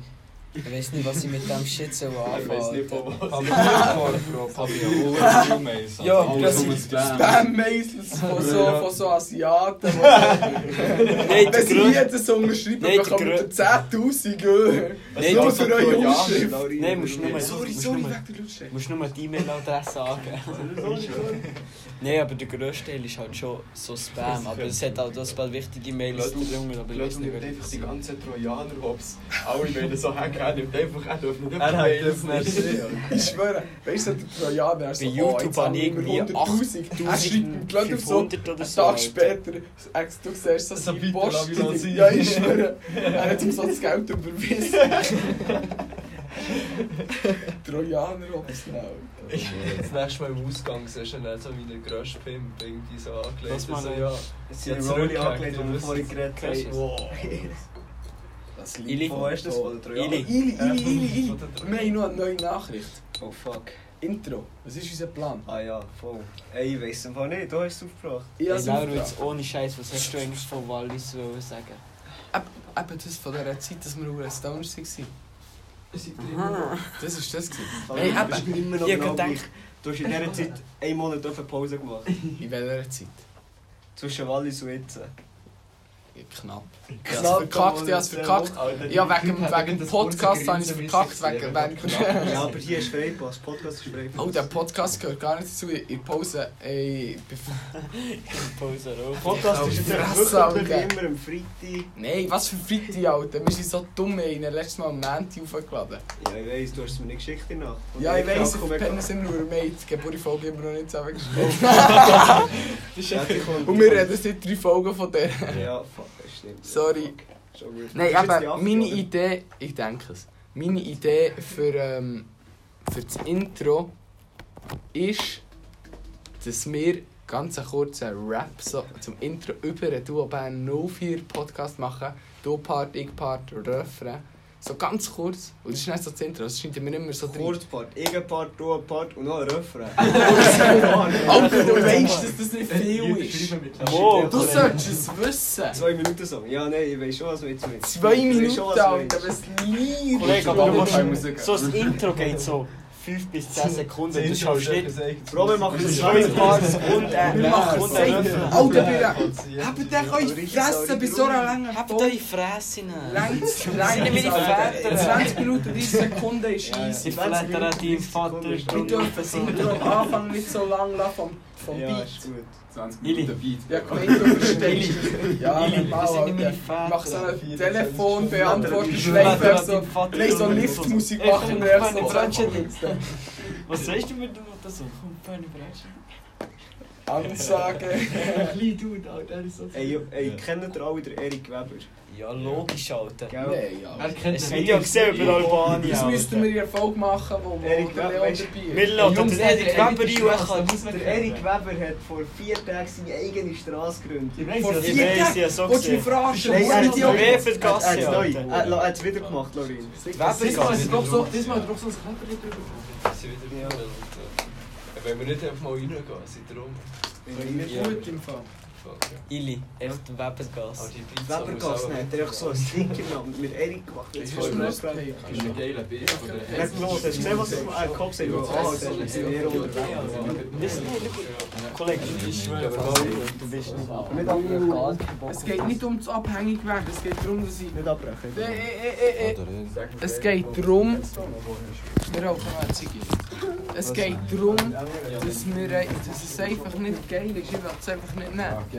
ich weiß nicht, was ich mit dem Shit soll anfangen Ich weiß nicht, von was. Aber ich habe ja alle E-Mails. Ja, das das ist- ist Spam. Spam-Mails von so, von so Asiaten. die- Nein, der Wenn sie Grund- hier das unterschreiben, Nein, dann der bekommen wir Grund- 10'000 Euro. Nein, Was der nur für eure Grund- Unterschrift. eh, Nein, musst du nur, Sorry, musst sorry, nur, wegen der Unterschrift. musst nur die E-Mail-Adresse angeben. Nein, aber der grösste Teil ist halt schon so Spam. Aber es hat auch das paar wichtige Mails drunter, aber ich weiß nicht, Leute nimmt welche. einfach es die sind. ganzen Trojaner, ob's alle Männer so hacken, er nimmt einfach, er darf nicht Er hat das nicht. Ich schwöre, weißt du, der Trojaner wäre so, oh, Bei YouTube habe ich irgendwie 8000. Er schreibt mir gleich auf so, 500 oder einen so. Tag Alter. später, ex, du siehst so So seine bitte, Post. lass mich noch sein. Ja, ich schwöre, er hat ihm so das Geld überwiesen. Trojaner, nou. ob's genau. Das nächste Mal im Ausgang siehst du dann so wie der grösste Pimp irgendwie so angelegt. Lass mal so, noch- ja. Jetzt Ja, sind die Rolli zurückgehackt, angelegt, die ja, wir das vorhin geredet haben. Das Ili. Wo ist das? Von den Trojanern? Ili. Ili, Ili, Ili, Ili. Wir haben noch eine neue Nachricht. Oh fuck. Intro. Was ist unser Plan? Ah ja, voll. Ey, ich weiss einfach nicht, du hast es aufgebracht. Ich Ey, habe es Laura, aufgebracht. jetzt ohne Scheiß, was hast du eigentlich von Wallis wollen sagen? Eben das von dieser Zeit, dass wir auf Stones waren. Das war das. gewesen. Ey, eben. bist immer noch Ich hab genau gedacht- gleich. Du hast in dieser Zeit einen Monat auf eine Pause gemacht. In welcher Zeit? Zwischen Wallis und jetzt. Ja, Knapp. Ich habe es verkackt, ich habe es verkackt. Ja, wegen, wegen dem Podcast habe ich es verkackt. Wegen, wegen Ja, aber hier ist Freipass, Podcast ist Freipass. oh, der Podcast gehört gar nicht dazu. In der Pause, ey, bevor... Pause rauf. Podcast ist jetzt Fresse, wirklich Alter. immer am Freitag. Nein, was für Freitag, Alter. Wir sind so dumm, ey. Wir haben letztes Mal am Nanti aufgeladen. Ja, ich weiss, du hast es mir nicht geschickt in der Nacht. Ja, ich weiss, ich komm, penne sind nur Mate. Die Geburtstagsfolge haben wir noch nicht zusammengeschrieben. Oh. Ja, die kommt- Und wir reden seit drei Folgen von der. Ja, fuck, das stimmt. Sorry. Schon gut. Nein, Das ist jetzt die aber achte, meine oder? Idee, ich denke es, meine Idee für, ähm, für das Intro ist, dass wir ganz einen kurzen Rap so zum Intro über den Duo Band 04 Podcast machen. Du Part, ich Part, Refrain. So ganz kurz. Und das ist nicht so das Intro, dus das scheint mir nicht mehr so drin. Kurzpart, Eigenpart, Duopart und noch ein Refrain. Oh, Oh, Alter, du weißt, dass das nicht viel ist. Mo, Du solltest es wissen. Zwei Minuten Song. Ja, nein, ich weiß schon, was du jetzt willst. Zwei Ich weiss schon, Minuten, was du Alter, willst. was lieb. Kollege, aber Aber du keine musst- Musik. so das Intro geht so 5 bis 10 Sekunden. Du schaust nicht. Bro, dus wir machen es Zwei schon. Parts und eh, ein Wir machen und es ein safe. Refrain. Alter, wir haben den euch fressen bei so einer langen Habt ihr die Fresse rein? Längst, Sind wir längst, die Alter. Väter? 20 Minuten, 30 Sekunden ist Sie easy. flattern an deinem Vater. Wir dürfen das Intro am Anfang nicht so lang lassen vom, vom Ja, Beat. ist gut. 20 Ili. Minuten Beat. Ja, komm, du verstehst. Ja, Ili, normal, das sind nicht meine Alter. Ich Väter. mach so eine Telefonbeantwortung, Ich ich schwöre, schleife so. Vater. Nein, so Liftmusik machen wir Ich so. kann nicht bratschen. Was weißt du mit dem Auto so? Komm, feine Bratschen. Ansage. Ey, jo- ey, kennt ihr alle den Erik Weber? Ja, logisch, Alter. Gell? Nein, ja. Das Video gesehen über Albanien. Das müssten Alter. wir in Erfolg machen, wo, wo der Erik, Leon dabei weißt- Wir ist. laden den Erik Weber ein. Der Erik Weber hat vor vier Tagen seine eigene Straße gegründet. Vor Ich vier weiß, ich Tagen. hab's so Willst du mich gesehen. verarschen? Nein, Wo er sind hat- die er hat- Leute? Wer für die Er Gasse, hat Alter? es wieder gemacht, Lorin. Diesmal ist doch so, diesmal doch so ein Kleber drüber. Wenn wir nicht einfach mal reingehen, seid ihr rum. Gut im Fall. Ili, echt die Aber Webergasse. die Pizza muss Webergas auch... nicht, der hat so einen Sticker genommen mit Erik gemacht. Jetzt Hast voll du noch los. ein Paper? Das ist ein geiler Beat von der Jetzt los, hast du gesehen, was er im Kopf sagt? Ah, jetzt sind wir unterwegs. Kollege, du bist nicht ab. Nicht abbrechen. Es geht nicht um das abhängig werden, es geht darum, dass ich... Nicht abbrechen. Äh, äh, äh, äh, Es geht darum... Wir rauchen eine Zigarette. Es geht darum, dass, wir, äh, dass es einfach nicht geil ist. Ich will es einfach nicht nehmen.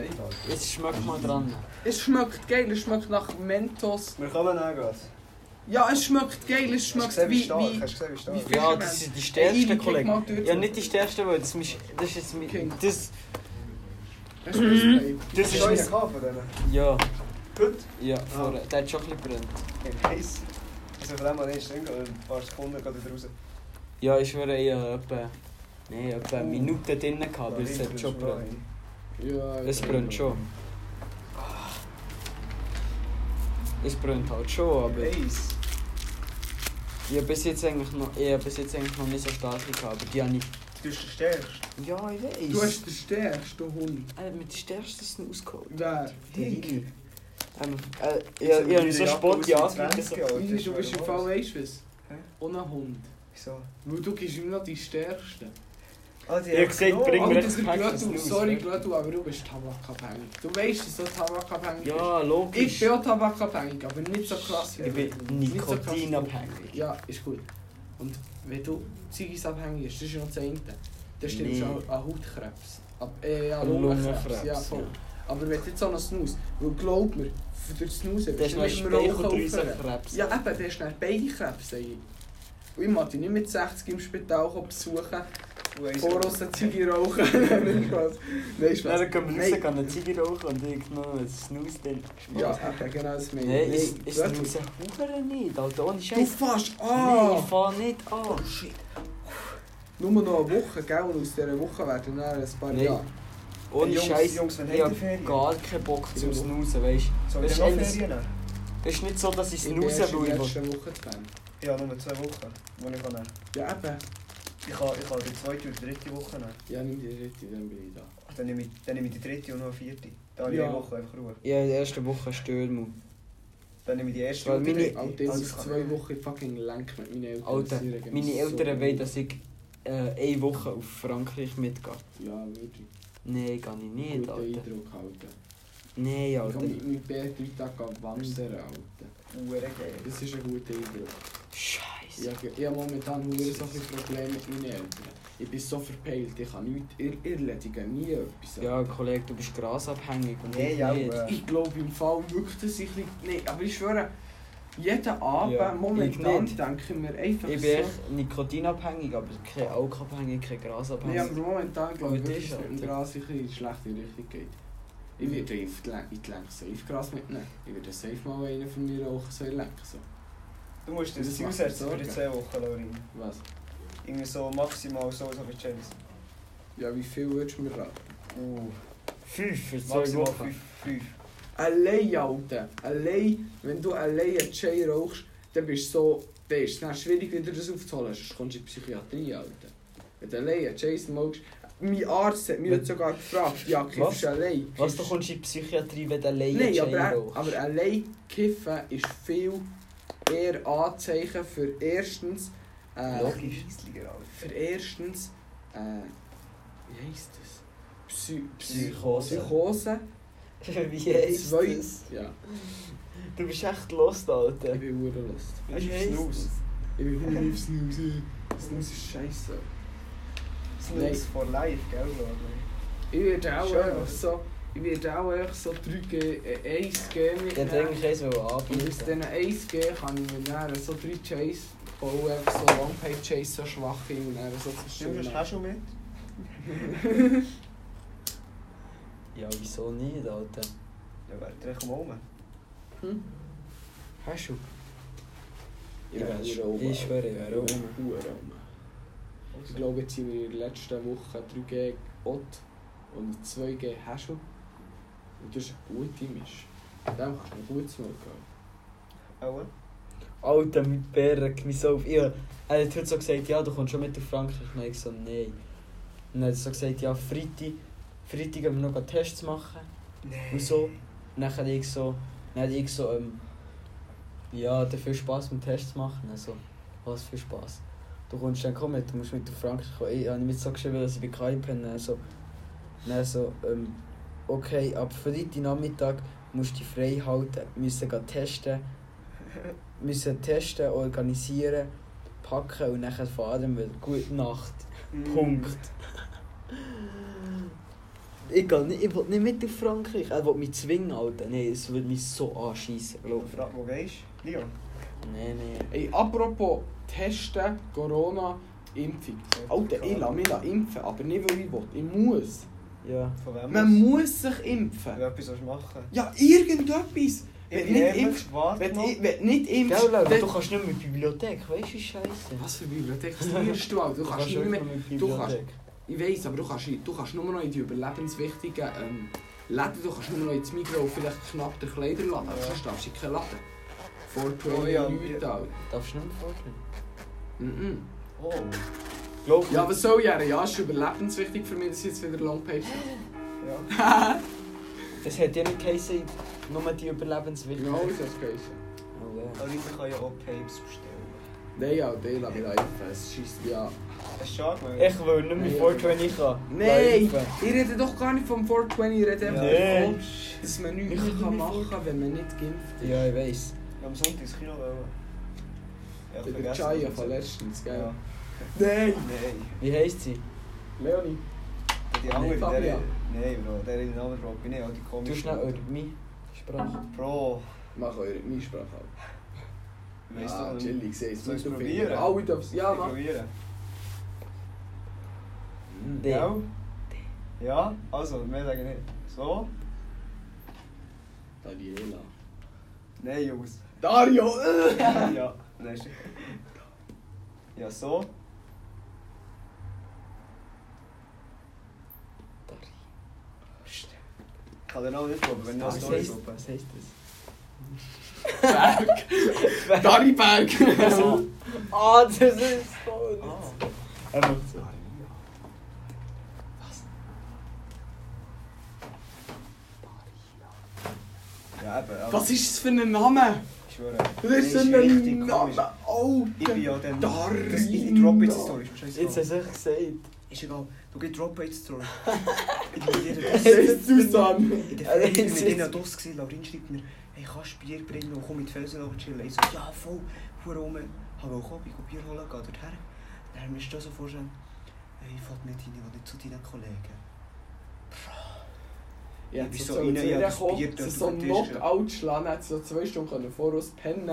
Jetzt schmeckt mal dran. Es schmeckt geil, es schmeckt nach Mentos. Wir kommen nachher. Ja, es schmeckt geil, es schmeckt Hast du gesehen, wie stark? wie... wie Hast du gesehen, wie Ja, stark? wie Fischermann. das sind die Ey, stärksten Ili, klick mal Kollegen. durch. Ja, nicht die stärksten, weil das ist das ist jetzt mein. King. Das, Das ist mein Paper. das ist mein. Kaffee von denen. Ja, Gut. ja, Ah. vorne. Der hat schon ein bisschen brennt. Ich weiss. Also von dem an ist es ein paar Sekunden geht wieder raus. Ja, ich schwöre, ich habe etwa. Nein, etwa Oh. eine Minute drinnen gehabt, aber es hat schon brennt. Ja, Es brennt schon. Es brennt halt schon, aber Weiss. ich habe bis jetzt eigentlich noch, ich habe bis jetzt eigentlich noch nicht so stark gehabt, aber die habe ich... Du bist der Stärkste. Ja, ich weiß. Du hast den stärksten Hund. Er hat mit den stärksten rausgeholt. Wer? Der Higel. Ähm, äh, ich, ich habe mich so spott ja. Alter, Du bist ist im wer Fall, weiß. weißt du was? Hä? Ohne Hund. Wieso? Weil du bist immer noch die Stärkste. Ah, die Ich haben hab gesagt, genommen. bring mir- Alter, echt Glödu, Packers News, sorry wirklich. Glödu, aber du bist tabakabhängig. Du weißt, dass du tabakabhängig bist. Ja, logisch. Ich bin auch tabakabhängig, aber nicht so krass wie Ich du. bin nikotinabhängig. Ja, ist gut. Und wenn du zigisabhängig bist, das ist noch das eine. Dann stimmst Nee. du an- an Hautkrebs. Ab, äh, an Lungenkrebs, Lungenkrebs. Ja, voll. Aber wenn du jetzt so einen Snus, weil glaub mir, für den Snus Das ist noch Speicheldrüsenkrebs. Ja, eben, der ist dann beide Krebs. sag ich. Und ich mag dich nicht mit 60 im Spital kommen besuchen, Weiss ich. voraus eine Ziege rauchen. Nein, Spaß. Nein, Spaß. Dann können wir Nein. rausgehen, eine Ziege rauchen und ich noch einen Snooze drin. Ja, eben, genau das meine Nein, ich Nein, ich Glödu, snooze Huren nicht, Alter, ohne Du Oh, Scheiß. fährst Nein, ich an! fahr nicht an. Nur noch eine Woche, gell? Und aus dieser Woche werden dann ein paar Nein. Jahre. Ohne Jungs, Scheiß. Jungs, Ich wann habt ihr hab Ferien? gar keinen Bock zum Woche. Snoozen, weißt du. Soll Das ich ist noch eines- Ferien nehmen? Es ist nicht so, dass ich Ich bin erst snooze in will. der ich will- letzten Woche zu Bern. Ja, nur zwei Wochen, wo ich kann. nehmen. Ja, eben. Ich kann, ich kann die zweite oder dritte Woche nehmen. Ja, nimm die dritte, dann bin ich da. Dann nehme ich, dann nehme ich die dritte und noch eine vierte. Da habe ich Ja. eine Woche einfach Ruhe. Ja, in der ersten Woche Stürmer. Dann nehme ich die erste Weil und die meine- dritte. Alter, jetzt Also ist kann- zwei Wochen fucking lenk mit meinen Eltern. Alter, Sie regen meine mich so Eltern auf. wollen, dass ich äh, eine Woche auf Frankreich mitgehe. Ja, wirklich. Nein, kann ich nicht, Guten Alter. Eindruck, Alter. Nein, Ich Alter. kann mit meinem Bär drei Tage gehen wandern, Alter. Hure geil. Das ist ein guter Eindruck. Ich Scheiße. habe, ich habe momentan nur so viele Probleme mit meinen Eltern. Ich bin so verpeilt, ich kann nichts ir erledigen, nie etwas. Ja, Kollege, du bist grasabhängig und Nee, eh, ich ja, äh, nicht. aber- Ich glaube im Fall wirklich, dass ich nicht... Nein, aber ich schwöre, jeden Abend, Ja, ich momentan, nicht. denke ich mir einfach Ich bin so... echt nikotinabhängig, aber kein Alkoholabhängig, kein Nein, aber grasabhängig. momentan glaube ich, Gut wirklich, ist, dass es mit dem Alter. Gras sicher in die schlechte Richtung geht. Ich werde ja auf die Lenk- in die Lenk safe Gras mitnehmen. Ich werde safe mal einen von mir rauchen, so in Lenk. So. Du musst dir Das das macht mir aussetzen für Sorgen. die zwei Wochen, Laurin. Was? Irgendwie so maximal so, so wie James. Ja, wie viel würdest du mir raten? Uh, Fünf für zwei maximal Wochen. fünf. fünf. Allein, Alter. Allein, wenn du allein einen Jay rauchst, dann bist Nou, du so... Dann ist es dann schwierig, wieder das aufzuholen, sonst kommst du in die Psychiatrie, Alter. Wenn du allein einen Jay rauchst... Mein Arzt hat mich Wenn- heute sogar gefragt, ja, kiffst du allein? Was, du Kiffst- kommst in die Psychiatrie, wenn du alleine Nein, aber, Jay rauchst? aber allein kiffen ist viel eher Anzeichen für erstens. Äh, Logisch. Riesliger, Alter. für erstens. Äh, wie heisst das? Psy Psy Psychose. Psychose. Wie heisst Zwei- das? Ja, Du bist echt lost, Alter. ich bin Uhrenlust. Wie Ich heisst Snooze. Ich bin Huren auf Snooze. Snooze ist scheiße. Nein. Snooze for life, gell, Laurin? Ich werde auch Schön. einfach so. Ich werde auch einfach so 3G, äh, 1G Ich hätte mitnehmen. eigentlich eins Und aus anbieten diesen 1G kann ich mir dann so drei Chase bauen, einfach so Longpage-Chase, so schwache und dann so Stimmt, zerstören. hast du schon mit? Ja, wieso nicht, Alter? Ja, wer trägt mal um? Hast du? Ich Ja, wäre ich schon schwöre, ich wäre Ich oben. wäre oben. Ich glaube, jetzt sind wir in der letzten Woche 3G Ott und 2G Haschel. Und das ist eine gute Mischung. Dem kann man gut smoken. Aua. Alter, mein Bär regt mich so auf. Ich, er hat heute so gesagt, ja, du kommst schon mit auf Frankreich. Und ich so, nein. Und dann hat er so gesagt, ja, Freitag, Freitag haben wir noch Tests machen. Nein. Und so. Und dann hat ich so, dann hat ich so, ähm, ja, hat viel Spass mit Tests machen. Also, was für Spass. Du kommst dann komm mit, du musst mit auf Frankreich kommen. Ich habe ihm jetzt so geschrieben, dass ich bei Kai bin. Dann so, dann so ähm, okay, ab Freitagnachmittag musst du dich frei halten, müssen gehen testen. müssen testen, organisieren, packen und dann fahren wir. Gute Nacht. Hmm. Punkt. Ich, geh nicht, ich will nicht mit auf Frankreich. Er will mich zwingen, Alter. Nein, es würde mich so anschießen, glaub ich. Frag, wo gehst du? Leon? Nein, nein. Ey, apropos Testen, Corona, Impfung. Alter, ich lasse mich impfen, aber nicht weil ich will. Ich muss. Ja. Von wem? Man muss sich impfen. Wenn du etwas willst machen Ja, irgendetwas! Ich Wenn bin nicht ehrlich, impfst, warte wenn, mal. i- wenn nicht impfst, Gell, Laura, dann- du kannst nicht mehr in die Bibliothek, weißt du, scheiße. Was für Bibliothek studierst du auch? Du kannst nicht mehr... in die du kannst- Ich weiss, aber du kannst, du kannst nur noch in die überlebenswichtigen ähm, Läden, du kannst nur noch ins Mikro vielleicht knapp den Kleiderladen, aber Ja. sonst darfst du in keinen Laden. Vor Oh Pro ja, ja, nichts, ja. Alter. Darfst du nicht mehr vorstellen? Mhm. Oh. Glaub Ja, was soll ich? Ja, ja, ist überlebenswichtig für mich, dass ich jetzt wieder Longpage mache. Ja. Es hat ja nicht geheißen, Nur die Überlebenswilligen. Genau, das geheißen. Oh, ja. Aber ich kann ja auch Papes bestellen. Nein, ja, der lass mich live. Es schießt mich an. Das ist schade, man. Ich will nicht mehr 420 haben. Nein! Live. Ich rede doch gar nicht vom 420, ich rede einfach Ja. davon, dass man nichts Ich- kann machen kann, wenn man nicht geimpft ist. Ja, ich weiss. Ich am Sonntag ins Kino wollen. Ja, Der Chaya von letztens, gell? Ja. Nein! Nein, Wie heisst sie? Leonie, die andere, Fabian. der... Nein, Bro, der in den anderen Rock bin ich, auch die Du komische... schnell äh, über meine Sprache. Bro, mach eure Mischsprache ab. weißt ah, du... chillig, sehe Soll ich's probieren? Alle dürfen Ja, Ja, mach. probieren. Mm. Der. Gell? Ja, also, mehr sage ich nicht. So? Daniela. Nein, Jungs. Dario! äh! ja, nein, ist- Ja, so? Kann er nou auch nicht probieren, wenn er Was es heisst nicht probiert. was heisst das? Dari Berg! Ah, das ist so Ah, nichts. Einfach so. Ja, eben. aber Was ist das für ein Name? Ich schwöre. Das ist ein richtig komisch. Name! Oh! Ich bin ja dann. Darina. Das, ich, ich droppe jetzt die Story. ist mir scheißegal. Jetzt hast du es gesagt. Ist egal. Du gehst droppe jetzt die Story. Ich bin dir Was ist Susanne? In der Also, Ferien jetzt- mit ihnen Doss gesehen, Laurin schreibt mir, hey, kannst du Bier bringen und komm mit Felsen noch chillen? Ich so, ja, voll, warum? Habe auch gekommen, ich gehe Bier holen, geh dorthin. Dann haben wir uns das so vorstellen, hey, ich fahr nicht rein, ich will nicht zu deinen Kollegen. Ja, Ich bin ich so so rein, in ich hab ihr das Bier dort gekommen, so auf so den einen Tisch Knockout schlagen, hat so zwei Stunden können voraus pennen.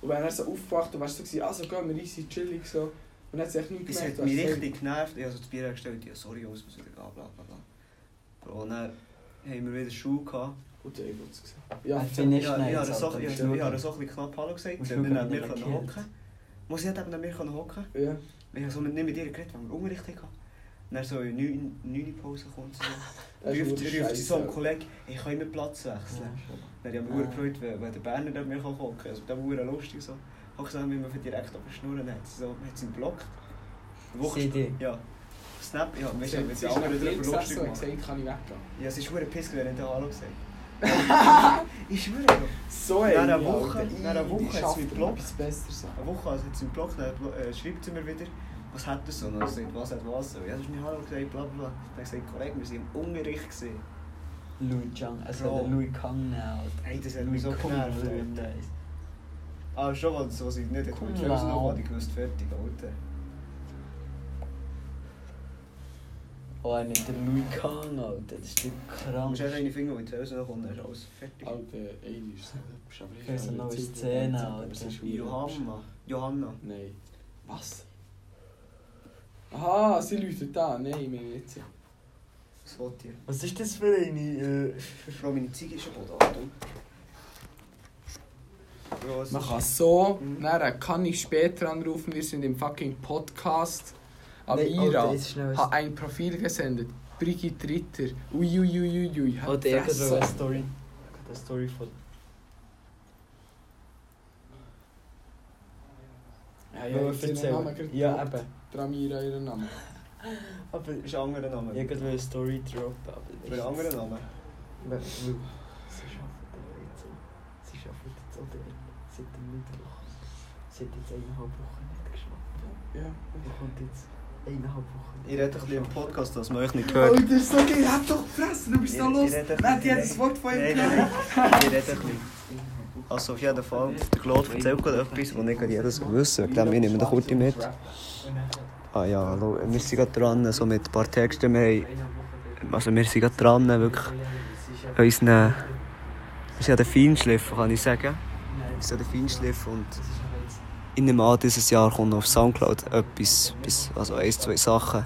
Und wenn er so aufgewacht und wärst so gewesen, also gehen wir easy chillig so. Und hat sich nichts Das gemerkt. hat was mich er richtig genervt, ich habe so das Bier hergestellt, ja, sorry, Jungs, muss wieder gehen, bla bla bla. Bro, und dann haben wir wieder Schule gehabt. sagt. Und der Ego hat's gesehen. Ja, Ja, ich finde Ich es habe schnell. ich habe so Alter, ich das ist habe- ich wirklich- habe so ein bisschen knapp Hallo gesagt, Und sie hat nicht neben Schulkinder mir können markiert. hocken. Muss ich nicht neben mir können hocken? ja. Ich habe so mit, nicht mit ihr geredet, weil wir Unterricht hatten. Und dann so in 9 Uhr Pause kommt sie so. Das ist Ruft, nur ruft sie so einem Scheisse. Kollegen, ich kann immer Platz wechseln. Dann habe ich mich Ah. sehr gefreut, wenn, wenn der Berner neben mir kommen kann. Also, das war sehr lustig. So. Ich habe gesagt, wenn man direkt auf die Schnur hat, sie so, hat sie ihn blockt. Eine Woche CD. sp- Ja. Snap, ja, weißt du, Sie haben wenn mit die den anderen anderen drüber darüber lustig lustig machen. gesagt, kann ich weggehen. Ja, sie ist sehr pissig, wenn ich den Hallo gesagt Ich schwöre, Bro. So, Nach einer ey, Woche- Alter, nach einer ich Woche hat's schaff mich dir geblockt. etwas Besseres. eine Woche also hat sie ihn blockt, dann blo- äh, schreibt sie mir wieder, was hat er so noch gesagt, was hat was so. Ja, du hast mir Hallo gesagt, bla bla. bla. Dann habe ich gesagt, Kollege, wir sind im Unterricht gesehen. Louis Chang, also Bro. der Louis Kang now. Ey, das hat mich so genervt. Alter. Ah, schon, weil so sind nicht. Ich Cum habe Felsen noch, laude. hatte ich gewusst, fertig, Alter. Oh, er nimmt den Louis Kang, Alter, das ist doch Du krank. musst einfach deine Finger mit Felsen noch kommen, dann ist alles fertig. Alter, ey, ist Bist aber Ich weiß nicht. eine neue Zeit, Szene, Zeit, Alter. aber es ist verdammt. Johanna. Johanna. Nein. Was? Aha, sie läutet da. Nein, ich meine jetzt. Was wollt ihr? Was ist das für eine? Äh, Frau, meine Ziege ist schon da. Gross. Man kann so, Mhm. dann kann ich später anrufen, wir sind im fucking Podcast. Nein, Amira Alter, jetzt schnell hat ein Profil gesendet. Brigitte Ritter. Uiuiuiui. Oh, der hat so eine Story. Ich hab eine Story von. Ja, Ja, erzähl. Ja, eben. Tramira ihren Namen. Aber ich Das ist ein anderer Name. hab eine Story droppen, aber das Über einen anderen Namen. Weil- weil Sie arbeiten da jetzt auch. Sie arbeiten jetzt auch dort. Seit dem Mittwoch. Sie hat jetzt eineinhalb Wochen nicht geschafft. Ja. Und kommt jetzt eineinhalb Wochen. Ich rede ein bisschen im Podcast, dass man euch nicht Oh, hört. das ist so geil, hab doch gefressen, du bist Ich- so ich los. rede ein Nein, die bisschen. hat das Wort von ihm Nein, nein, genommen. nein. Ich rede ein bisschen. Also auf jeden Fall, der Claude erzählt gerade etwas, was nicht gerade jedes gewusst hat. Ich glaube, wir nehmen den Kurti mit. Ah ja, hallo. Wir sind gerade dran, so mit ein paar Texten. Wir haben, also wir sind gerade dran, wirklich unseren... Wir sind an den Feinschliff, kann ich sagen. Wir sind an den Feinschliff und... Ich nehme an, dieses Jahr kommt noch auf Soundcloud etwas, bis, also ein, zwei Sachen.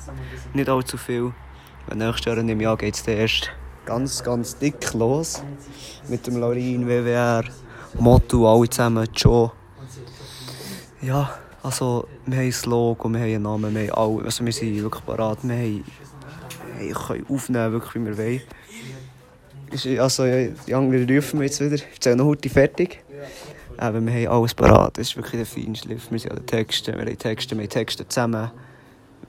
Nicht allzu viel. Wenn nächstes Jahr nehme ich an, geht es dann erst ganz, ganz dick los. Mit dem Laurin, WWR, Motto, alle zusammen, Joe. Ja, also wir haben ein Logo, wir haben einen Namen, wir haben alle, also wir sind wirklich parat, wir haben, wir können aufnehmen, wirklich, wie wir wollen. Ist- Also ja, die anderen rufen wir jetzt wieder, ich zähle noch heute fertig. Eben, wir haben alles parat, es ist wirklich der Feinschliff, wir sind an den Texten, wir haben Texte, wir haben Texte zusammen.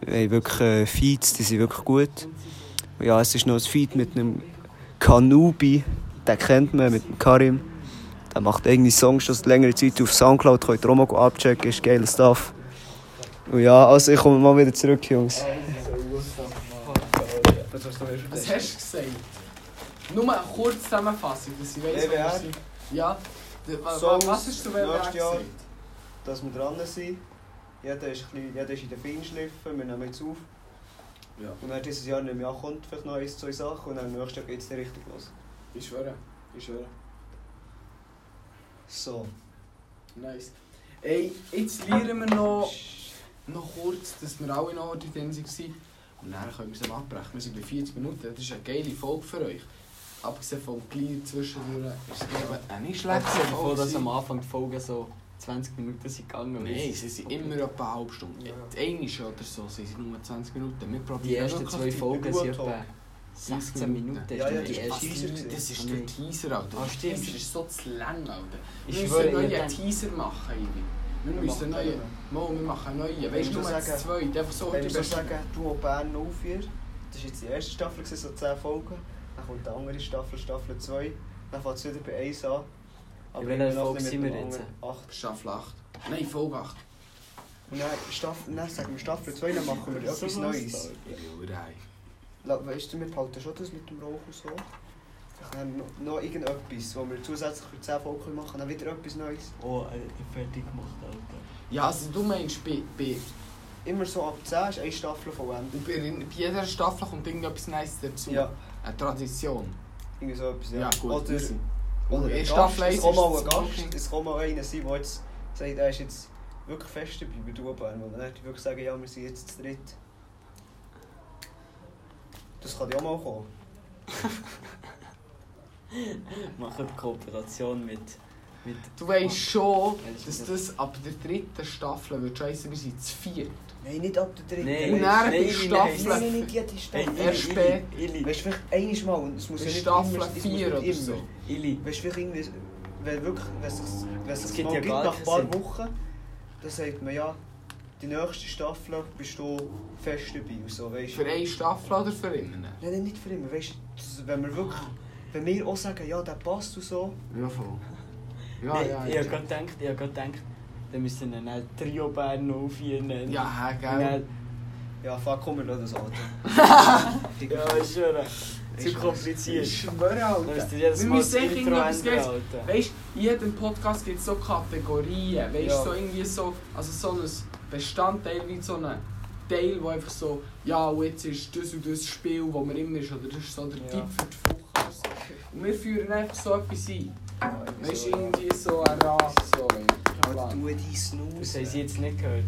Wir haben wirklich äh, Feeds, die sind wirklich gut. Ja, es ist noch ein Feed mit einem Kanubi, den kennt man mit dem Karim. Der macht irgendwie Songs schon seit längerer Zeit auf Soundcloud, könnt ihr auch mal abchecken, ist geiler Stuff. Und ja, also ich komme mal wieder zurück, Jungs. Was hast du gesagt? Nur eine kurze Zusammenfassung, dass ich weiss, WWR. was ich- Ja, d- wa- wa- Songs, was hast du WWR nächstes Jahr. gesagt? Dass wir dran sind. Jeder ist, ein bisschen, jeder ist in den Feinschliffen, wir nehmen jetzt auf. Ja. Und dann dieses Jahr nehmen wir auch kommt vielleicht noch ein, zwei Sachen und dann nächstes Jahr geht es dann richtig los. Ich schwöre, ich schwöre. So. Nice. Ey, jetzt lernen wir noch, noch kurz, dass wir alle noch dort drin waren. Und dann können wir es mal abbrechen. Wir sind bei 40 Minuten, das ist eine geile Folge für euch. Abgesehen vom Glied zwischendurch ist es glaube ich auch nicht schlecht. Obwohl das am Anfang die Folge so 20 Minuten sind gegangen. Nein, sie sind immer etwa eine halbe Stunde. Ja. Eine ist oder so, sie sind nur 20 Minuten. Wir probieren Die ersten wirklich zwei Folgen sind Talk. etwa 16 Minuten. Ja, ja, die das Das ist erste. Teaser ist, das ist der Teaser, Alter. Ah, stimmt. Das ist so zu lang, Alter. Ich Wir schwöre, müssen einen ich neuen denk- Teaser machen, Ivi. Wir müssen einen neuen... Mo, wir machen einen neuen. Weißt Wenn du, du nur sagen- das zweite. Einfach so Wenn heute ich so so- sagen, Duo Bern 04, das war jetzt die erste Staffel, gewesen, so 10 Folgen. Dann kommt die andere Staffel, Staffel 2. Dann fängt es wieder bei 1 an. In ich welcher bin noch Folge ein bisschen sind wir mit dem jetzt? anderen. Acht. Staffel 8. Nein, Folge 8. Und dann, Staffel, dann sagen wir Staffel 2, dann machen wir etwas Neues. Jurei. La- Weißt du, wir behalten schon das mit dem Rauch und so. Dann haben wir noch- noch irgendetwas, wo wir zusätzlich für 10 Folgen machen, dann wieder etwas Neues. Oh, ich fertig gemacht, Alter. Ja, also du meinst, bei, bei, Immer so ab 10 ist eine Staffel vollendet. bei, bei jeder Staffel kommt irgendetwas Neues dazu. Ja, Eine Tradition. irgendwie so etwas. Ja, gut. Oder, easy. Oder Und ein in Gast, Staffel es 1 kann mal ist ein das Booking. Gast, es kann mal einer sein, der jetzt sagt, er ist jetzt wirklich fest dabei bei Dubai. Und dann hätte ich wirklich sagen, ja, wir sind jetzt zu dritt. Das kann ja auch mal kommen. Machen die Kooperation mit. mit Du weißt schon, Ja, das dass ist- das ab der dritten Staffel wird scheiße, wir sind zu viert. Nein, nicht ab der dritten. Nein, nein, Und dann nein, bei nein, Staffel, nein, nicht jede Staffel. Hey, erst spät. Ili, Ili, Weißt du, vielleicht einiges Mal, und es muss bei ja nicht Staffel immer, es muss 4 nicht oder immer. so. Ili. Weißt du, vielleicht irgendwie, wenn wirklich, wenn es, wenn es Es das gibt mal ja gibt, gar nach ein paar keinen Sinn. Wochen, dann sagt man ja, die nächste Staffel bist du fest dabei. Und so, weißt du. Für eine Staffel oder für immer? Nein, nein, nicht für immer. Weißt du, wenn wir wirklich. Wenn wir auch sagen, ja, der passt und so. Ja, voll. Ja, Nein, ja, ich ja. hab grad gedacht, ich hab grad gedacht, dann müssen wir dann Trio Bern auf hier nennen. Ja, hä, Und gell. dann- Ja, fuck, komm, wir lassen das Auto. Ja, ist schon zu kompliziert. schwöre, Dann Alter. müsst ihr jedes Wir Mal das müssen echt Intro irgendwas ändern, geben. Alter. Weißt du, in jedem Podcast gibt es so Kategorien. Weißt du, Ja. so irgendwie so. Also so ein Bestandteil wie so ein Teil, wo einfach so. Ja, und jetzt ist das und das Spiel, wo man immer ist. Oder das ist so der Ja. Tipp für die Woche. oder so. Und wir führen einfach so etwas ein. Weißt du, irgendwie so ein Rat. So, kein Alter, Plan. Halt, du die Das Snooze. haben sie jetzt nicht gehört.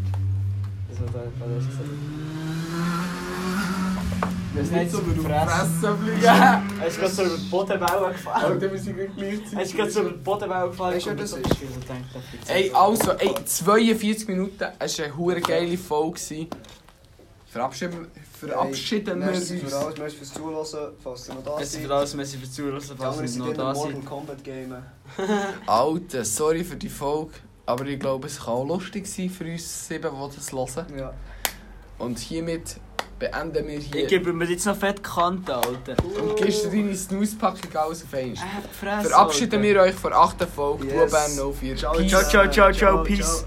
Das hat er falsch gesagt. Das ist nicht so über die Fresse. Fressen bleiben. Er ist gerade so über die Bodenwelle gefallen. Alter, wir sind gleich gleichzeitig. Er ist gerade so über die Bodenwelle gefallen. Weißt du, wer das Und ist? Ich hab so gedacht, der Fritz. Ey, also, ey, 42 Minuten, es war eine hure geile Folge. gewesen. Verabschieden, verabschieden wir Merci uns. für alles, merci fürs Zuhören, falls ihr noch da Merci seid. für alles, merci fürs Zuhören, Die anderen falls ihr sind noch in da einem seid. Mortal Kombat Game. Alter, sorry für die Folge, aber ich glaube, es kann auch lustig sein für uns sieben, die das hören. Ja. Und hiermit beenden wir Ich hier. gebe mir jetzt noch fett Kante, Alter. Und gibst du deine Snooze-Packung alles auf einmal. Äh, Fresse, Verabschieden Alter. wir euch von der achten Folge, Yes. yes. 04. Ciao, ciao, ciao, ciao, peace.